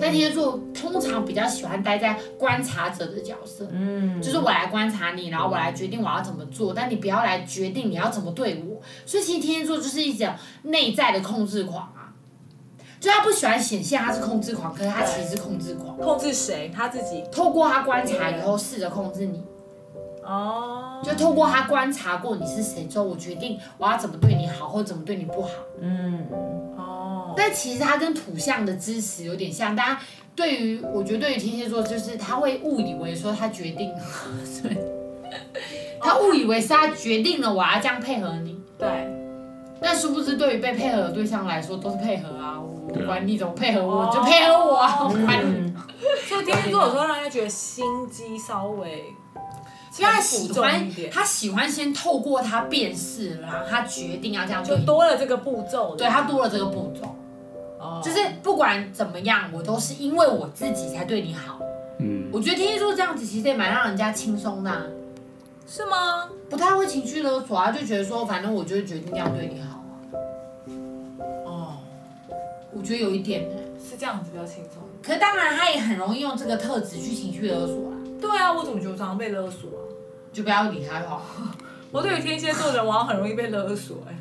Speaker 1: 但天蝎座通常比较喜欢待在观察者的角色，嗯，就是我来观察你，然后我来决定我要怎么做，但你不要来决定你要怎么对我。所以其实天蝎座就是一种内在的控制狂啊，就他不喜欢显现他是控制狂，可是他其实是控制狂。
Speaker 3: 控制谁？他自己
Speaker 1: 透过他观察以后，试着控制你，
Speaker 3: 哦。
Speaker 1: 就透过他观察过你是谁之后，我决定我要怎么对你好，或怎么对你不好。
Speaker 3: 哦，
Speaker 1: 但其实它跟土象的支持有点像，大家对于我觉得对于天蝎座，就是他会误以为说他决定了， <laughs> 对，他误以为是他决定了我要这样配合你，
Speaker 3: 对，
Speaker 1: 但殊不知对于被配合的对象来说都是配合啊，我
Speaker 5: 对啊
Speaker 1: 管你怎么配合
Speaker 3: 哦
Speaker 1: 我，就配合我啊，我管
Speaker 3: 嗯
Speaker 1: 你。
Speaker 3: 所以天蝎座有时候让人家觉得心机稍微，
Speaker 1: 因为他喜欢
Speaker 3: 一点，
Speaker 1: 他喜欢先透过他辨识，然后他决定要这样
Speaker 3: 就
Speaker 1: 做，
Speaker 3: 多了这个步骤。
Speaker 1: 对他多了这个步骤，
Speaker 3: 哦，
Speaker 1: 就是不管怎么样，我都是因为我自己才对你好。
Speaker 5: 嗯，
Speaker 1: 我觉得天蝎座这样子其实也蛮让人家轻松的啊、
Speaker 3: 是吗？
Speaker 1: 不太会情绪勒索啊，就觉得说反正我就是决定这样对你好啊。
Speaker 3: 哦，
Speaker 1: 我觉得有一点欸、
Speaker 3: 是这样子比较轻松。
Speaker 1: 可是当然他也很容易用这个特质去情绪勒索啊，
Speaker 3: 对啊，我怎么觉得我常常被勒索啊？
Speaker 1: 就不要理他就好 <laughs> 了。
Speaker 3: 我对于天蝎座的人，我好像很容易被勒索哎、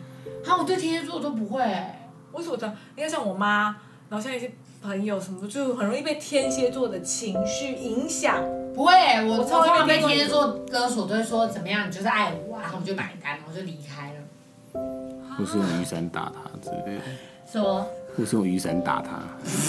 Speaker 1: 啊，我对天蝎座都不会、欸，
Speaker 3: 为什么这样？你看像我妈，然后像一些朋友什么，就很容易被天蝎座的情绪影响。
Speaker 1: 不会欸、我
Speaker 3: 我
Speaker 1: 我通
Speaker 3: 超
Speaker 1: 常
Speaker 3: 会
Speaker 1: 被
Speaker 3: 被
Speaker 1: 天蝎座勒索，都会说怎么样，你就是爱我啊，然后我就买单，然后我就离开了。
Speaker 5: 或是用雨伞打他之类的。
Speaker 1: 说
Speaker 5: 或是用雨伞打他。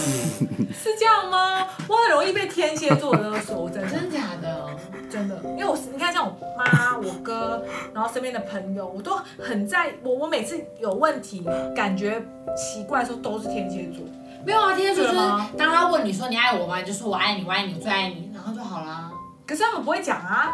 Speaker 3: 是这样吗？我很容易被天蝎座勒索，我真的
Speaker 1: 真的假的？
Speaker 3: 真的，因为我是你看像我妈、我哥，然后身边的朋友，我都很在我我每次有问题感觉奇怪的时候，都是天蝎座。
Speaker 1: 没有啊，天蝎座就是
Speaker 3: 是吗
Speaker 1: 当他问你说你爱我吗，你就说我爱你，我爱你，我最爱你，然后就好啦。
Speaker 3: 可是他们不会讲啊，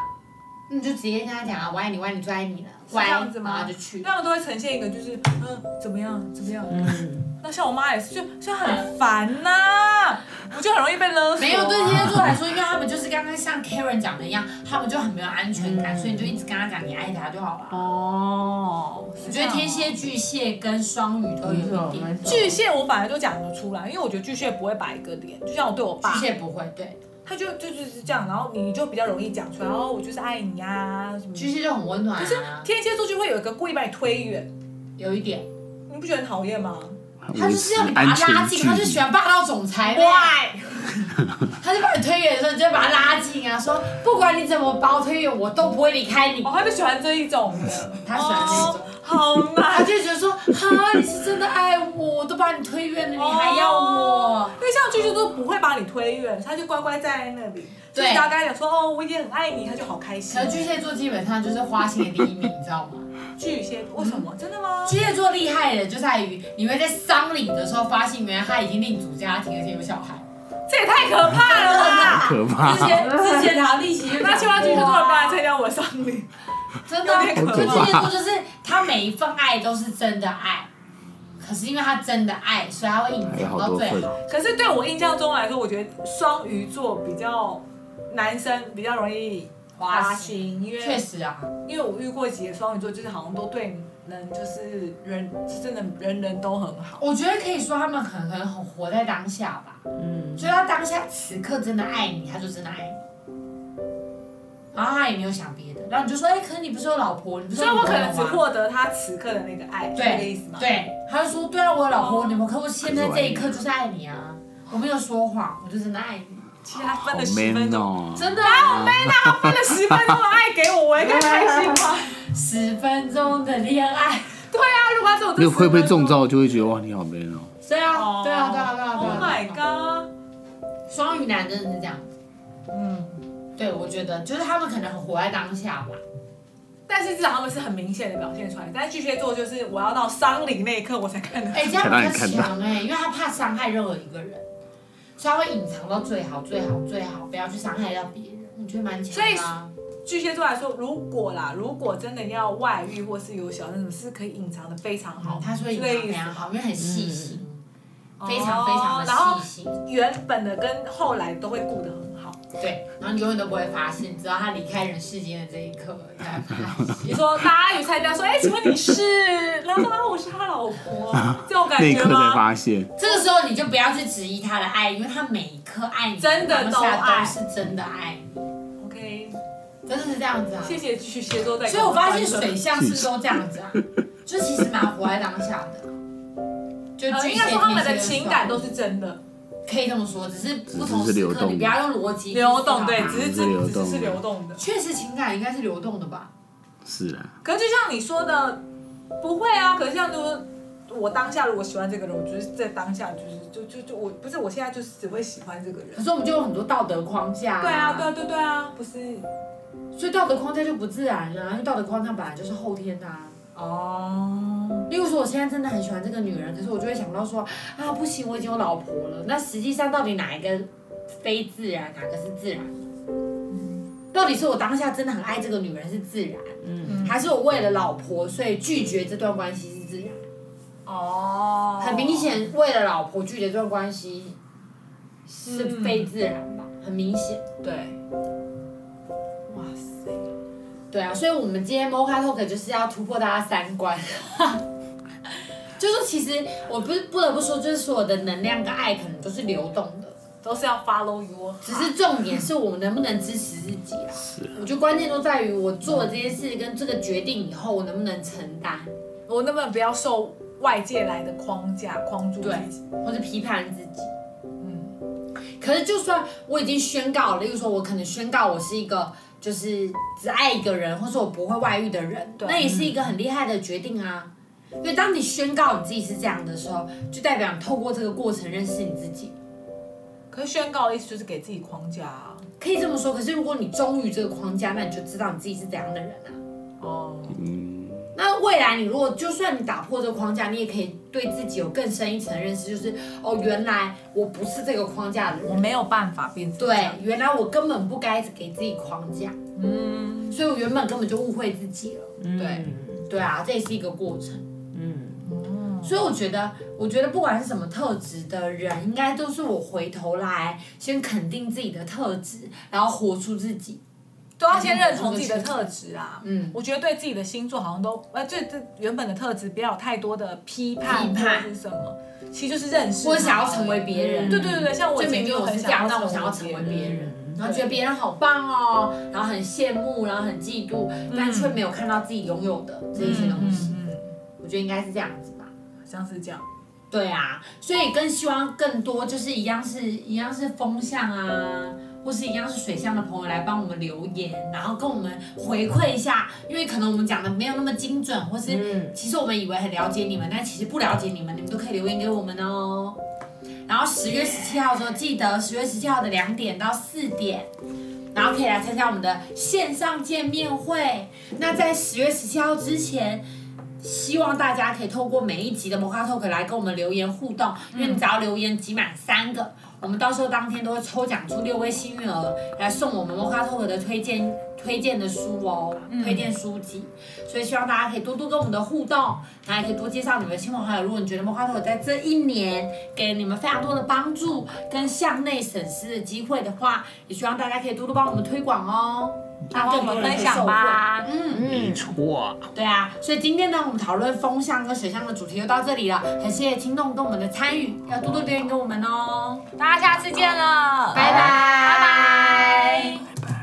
Speaker 1: 那你就直接跟他讲啊，我爱你，我爱你，最爱你了，
Speaker 3: 是
Speaker 1: 乖，
Speaker 3: 这样子吗
Speaker 1: 然后就去。
Speaker 3: 他们都会呈现一个就是嗯怎么样怎么样。
Speaker 4: 嗯
Speaker 3: 那像我妈也是，就就很烦呐、我就很容易被勒索。啊
Speaker 1: 没有对天蝎座来 <laughs> 说，因为他们就是刚刚像 Karen 讲的一样，他们就很没有安全感，所以你就一直跟他讲你爱他就好了。
Speaker 3: 哦，
Speaker 1: 我
Speaker 3: 我
Speaker 1: 觉得天蝎、巨蟹跟双鱼都有
Speaker 4: 没错
Speaker 1: 一点
Speaker 4: 没，错
Speaker 3: 巨蟹我反而就讲得出来，因为我觉得巨蟹不会摆一个脸，就像我对我爸
Speaker 1: 巨，蟹不会，对，
Speaker 3: 他就就就是这样，然后你就比较容易讲出来，然哦后我就是爱你啊什么的。
Speaker 1: 巨蟹就很温暖
Speaker 3: 可是
Speaker 1: 啊，
Speaker 3: 天蝎座就会有一个故意把你推远，
Speaker 1: 有一点，
Speaker 3: 你不觉得很讨厌吗
Speaker 1: 他就
Speaker 5: 维
Speaker 1: 是
Speaker 5: 持
Speaker 1: 要你把
Speaker 5: 安
Speaker 1: 他
Speaker 5: 全
Speaker 1: 拉
Speaker 5: 距
Speaker 1: 近，
Speaker 5: 离。
Speaker 1: 他就喜欢霸道总裁呗。
Speaker 3: ？Why？
Speaker 1: 他就把你推远的时候，你就会把他拉近啊，说不管你怎么把我推远，我都不会离开你
Speaker 3: 哦，。他就喜欢这一种的，
Speaker 1: 他喜欢这种
Speaker 3: 哦，好
Speaker 1: 他
Speaker 3: 难。
Speaker 1: 就觉得说，哈，你是真的爱我，我都把你推远了，你还要我
Speaker 3: 哦？ <laughs> 因为像巨蟹座不会把你推远，他就乖乖站在那里。
Speaker 1: 对
Speaker 3: 所以大家讲说哦，我已经很爱你，他就好开心
Speaker 1: 可。是巨蟹座基本上就是花心的第一名，你知道
Speaker 5: <laughs> 啊
Speaker 1: 吗？
Speaker 3: 巨蟹为什
Speaker 1: 嗯
Speaker 3: 么？真的吗？
Speaker 1: 巨蟹座厉害的就在于，你会在丧礼的时候发现，原来他已经另组家庭，而且有小孩。
Speaker 3: 这也太可怕了吧！
Speaker 5: 可怕
Speaker 1: 之，前之前
Speaker 3: 啊
Speaker 1: 陶丽奇就
Speaker 3: 那希望巨蟹座不要来参加我的丧礼。
Speaker 1: 真的啊，
Speaker 3: 有点
Speaker 1: 就
Speaker 3: 可
Speaker 1: 巨
Speaker 5: 怕
Speaker 1: 蟹座就是他每一份爱都是真的爱，可是因为他真的爱，所以他会隐
Speaker 5: 还
Speaker 1: 藏
Speaker 5: 有哎好
Speaker 1: 到
Speaker 5: 多
Speaker 1: 最
Speaker 5: 份
Speaker 1: 好。。
Speaker 3: 可是对我印象中来说，我觉得双鱼座比较男生比较容易花心，因为
Speaker 1: 确实啊，
Speaker 3: 因为我遇过几个双鱼座，就是好像都对人就是人，是真的人人都很好。
Speaker 1: 我觉得可以说他们可能很活在当下吧。嗯，就是他当下此刻真的爱你，他就真的爱你，然后他也没有想别的，然后你就说，哎、可是你不是有老婆，你不是
Speaker 3: 所
Speaker 1: 有
Speaker 3: 以
Speaker 1: 女
Speaker 3: 我
Speaker 1: 朋
Speaker 3: 可
Speaker 1: 友
Speaker 3: 能只
Speaker 1: 吗？
Speaker 3: 获得他此刻的那个爱，是这个意
Speaker 1: 对
Speaker 3: 思吗？，哦
Speaker 1: 对，他就说，对啊，我有老婆，我女朋友，可我现在
Speaker 5: 可是我
Speaker 1: 这
Speaker 5: 爱
Speaker 1: 一
Speaker 5: 你
Speaker 1: 刻就是爱你啊，我没有说谎，我就真的爱你，
Speaker 3: 其实他分
Speaker 5: 好
Speaker 3: 了十分
Speaker 5: man
Speaker 3: 钟，
Speaker 5: 哦！
Speaker 1: 真的啊，
Speaker 3: 他分了十分钟的爱给我，我应该开心吗？
Speaker 1: 十分钟的恋爱，
Speaker 3: 对啊，如果他是我这
Speaker 5: 那会不会
Speaker 3: 10分
Speaker 5: 中
Speaker 3: 钟？
Speaker 5: 招就会觉得哇，你好 man 哦？
Speaker 1: 对啊
Speaker 3: 哦，
Speaker 1: 对啊，对啊，对啊，
Speaker 3: Oh
Speaker 1: 对啊
Speaker 3: my god！
Speaker 1: 双鱼男真的是这样，
Speaker 3: 嗯，
Speaker 1: 对我觉得就是他们可能很活在当下吧，
Speaker 3: 但是至少他们是很明显的表现出来。但是巨蟹座就是我要到丧礼那一刻我才看得
Speaker 1: 哎、这样
Speaker 5: 才
Speaker 1: 比
Speaker 5: 让你
Speaker 1: 较
Speaker 5: 看
Speaker 1: 强哎、因为他怕伤害任何一个人，所以他会隐藏到最好、最好、最好，不要去伤害到别人。我觉得蛮强的、啊。
Speaker 3: 巨蟹座来说，如果啦，如果真的要外遇或是有小三什么，是可以隐藏的非常好。
Speaker 1: 哦他说隐藏
Speaker 3: 这个
Speaker 1: 得
Speaker 3: 意
Speaker 1: 非
Speaker 3: 思
Speaker 1: 常好，因为很细心，
Speaker 3: 哦
Speaker 1: 嗯非常非常
Speaker 3: 然后
Speaker 1: 的细心。
Speaker 3: 原本的跟后来都会顾得很好。
Speaker 1: 对，然后你永远都不会发现，直到他离开人世间的这一刻你才发现。
Speaker 3: 你
Speaker 5: <laughs>
Speaker 3: 说大家有参加说，哎、请问你是？然后说啊，我是他老婆，这种感
Speaker 5: 啊那一
Speaker 3: 觉
Speaker 5: 刻才
Speaker 3: 吗？
Speaker 5: 发现，
Speaker 1: 这个时候你就不要去质疑他的爱，因为他每一刻爱你，
Speaker 3: 真的
Speaker 1: 当
Speaker 3: 都
Speaker 1: 下
Speaker 3: 爱
Speaker 1: 都是真的爱你，
Speaker 3: OK，
Speaker 1: 真的是这样子啊。
Speaker 3: 谢谢巨蟹座在。
Speaker 1: 所以我发现水，象是不是都这样子
Speaker 5: <laughs>
Speaker 1: 啊？就其实蛮活在当下的。就
Speaker 3: 呃，
Speaker 1: 巨蟹
Speaker 3: 应该说他们
Speaker 1: 天
Speaker 3: 的
Speaker 1: 蝎
Speaker 3: 情
Speaker 1: 双
Speaker 3: 感都是真的
Speaker 1: 可以这么说，只是不同
Speaker 5: 只是
Speaker 1: 时
Speaker 5: 流
Speaker 1: 刻，
Speaker 5: 动
Speaker 1: 你不要用逻辑去
Speaker 3: 流
Speaker 1: 思
Speaker 3: 动，
Speaker 1: 考
Speaker 3: 对
Speaker 1: 它，
Speaker 3: 只是
Speaker 5: 是啊流
Speaker 3: 只
Speaker 5: 动
Speaker 3: 只
Speaker 5: 的
Speaker 3: 是流动的。
Speaker 1: 确实情感应该是流动的吧？
Speaker 5: 是啊啦，
Speaker 3: 可是就像你说的，不会啊。可是像就是我当下如果喜欢这个人，我就是在当下就是就就就我不是我现在就是只会喜欢这个人
Speaker 1: 可。是我们就有很多道德框架、
Speaker 3: 对啊，对啊，对啊对啊，不是
Speaker 1: 所以道德框架就不自然啊，因为道德框架本来就是后天的、啊。
Speaker 3: 哦，
Speaker 1: 例如说，我现在真的很喜欢这个女人，可是我就会想到说，啊，不行，我已经有老婆了。那实际上到底哪一个非自然，哪个是自然？到底是我当下真的很爱这个女人是自然，
Speaker 3: 嗯
Speaker 1: 还是我为了老婆所以拒绝这段关系是自然？
Speaker 3: 哦，
Speaker 1: 很明显，为了老婆拒绝这段关系是非自然吧，很明显。
Speaker 3: 对。哇塞，
Speaker 1: 对啊，所以我们今天 Mocha Talk 就是要突破大家三观。 <laughs> 就说其实我不不得不说，就是所有的能量跟爱可能都是流动的，
Speaker 3: 都是要 follow your，
Speaker 1: 只是重点是我们能不能支持自己啊。
Speaker 5: 是
Speaker 1: 我觉得关键都在于我做了这件事跟这个决定以后，我能不能承担，
Speaker 3: 我能不能不要受外界来的框架框住自己？
Speaker 1: 或者批判自己。
Speaker 3: 嗯，
Speaker 1: 可是就算我已经宣告了，例如说我可能宣告我是一个就是只爱一个人，或是我不会外遇的人，
Speaker 3: 对
Speaker 1: 那也是一个很厉害的决定啊。因为当你宣告你自己是这样的时候，就代表你透过这个过程认识你自己，
Speaker 3: 可是宣告的意思就是给自己框架啊。
Speaker 1: 可以这么说。可是如果你忠于这个框架，那你就知道你自己是怎样的人啊。
Speaker 3: 哦，
Speaker 5: 嗯，
Speaker 1: 那未来你如果就算你打破这个框架，你也可以对自己有更深一层的认识，就是哦，原来我不是这个框架的
Speaker 3: 我
Speaker 1: 人，
Speaker 3: 没有办法变成这
Speaker 1: 对
Speaker 3: 样，
Speaker 1: 原来我根本不该给自己框架，嗯，所以我原本根本就误会自己了，
Speaker 3: 对，
Speaker 1: 对啊，这也是一个过程，嗯，所以我觉得，我觉得不管是什么特质的人，应该都是我回头来先肯定自己的特质，然后活出自己，
Speaker 3: 都要先认同自己的特质啊。
Speaker 1: 嗯
Speaker 3: 我觉得对自己的星座好像都，呃，对这原本的特质不要有太多的批判
Speaker 1: 批
Speaker 3: 或
Speaker 1: 判
Speaker 3: 者是什么，其实就是认识它而
Speaker 1: 我
Speaker 3: 已。
Speaker 1: 想要成为别人，
Speaker 3: 对对对对，像我
Speaker 1: 就
Speaker 3: 以
Speaker 1: 明
Speaker 3: 前
Speaker 1: 明
Speaker 3: 就
Speaker 1: 我
Speaker 3: 很
Speaker 1: 是这样，但我想
Speaker 3: 成
Speaker 1: 要
Speaker 3: 为
Speaker 1: 成为
Speaker 3: 人
Speaker 1: 别人，然后觉得别人好棒哦，然后很羡慕，然后很嫉妒，但却没有看到自己拥有的这一些东西。
Speaker 3: 嗯嗯
Speaker 1: 我觉得应该是这样子吧。
Speaker 3: 嗯，好像是这样。
Speaker 1: 对啊，所以更希望更多就是一样是一样是风向啊，或是一样是水象的朋友来帮我们留言，然后跟我们回馈一下，因为可能我们讲的没有那么精准，或是其实我们以为很了解你们，但其实不了解你们，你们都可以留言给我们哦。然后十月十七号的时候，记得十月十七号的两点到四点。然后可以来参加我们的线上见面会。那在十月十七号之前，希望大家可以透过每一集的摩卡 talk 来跟我们留言互动，因为你只要留言集满三个，我们到时候当天都会抽奖出六位幸运儿来送我们摩卡 talk 的推荐推荐的书哦，推荐书籍。所以希望大家可以多多跟我们的互动，然后也可以多介绍你们的亲朋好友。如果你觉得摩卡 talk 在这一年给你们非常多的帮助跟向内省思的机会的话，也希望大家可以多多帮我们推广哦。
Speaker 3: 那帮我们分享吧。
Speaker 1: 嗯
Speaker 5: 没错，
Speaker 1: 对啊，所以今天呢，我们讨论风象跟水象的主题就到这里了。很谢谢听众跟我们的参与，要多多留言给我们哦。
Speaker 3: 大家下次见了，
Speaker 1: 拜拜，拜拜。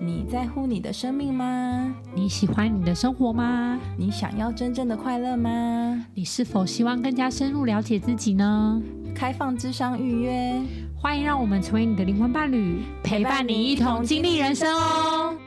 Speaker 2: 你在乎你的生命吗？
Speaker 6: 你喜欢你的生活吗？
Speaker 2: 你想要真正的快乐吗？
Speaker 6: 你是否希望更加深入了解自己呢？
Speaker 2: 开放智商预约，
Speaker 6: 欢迎让我们成为你的灵魂伴侣，陪伴你一同经历人生哦。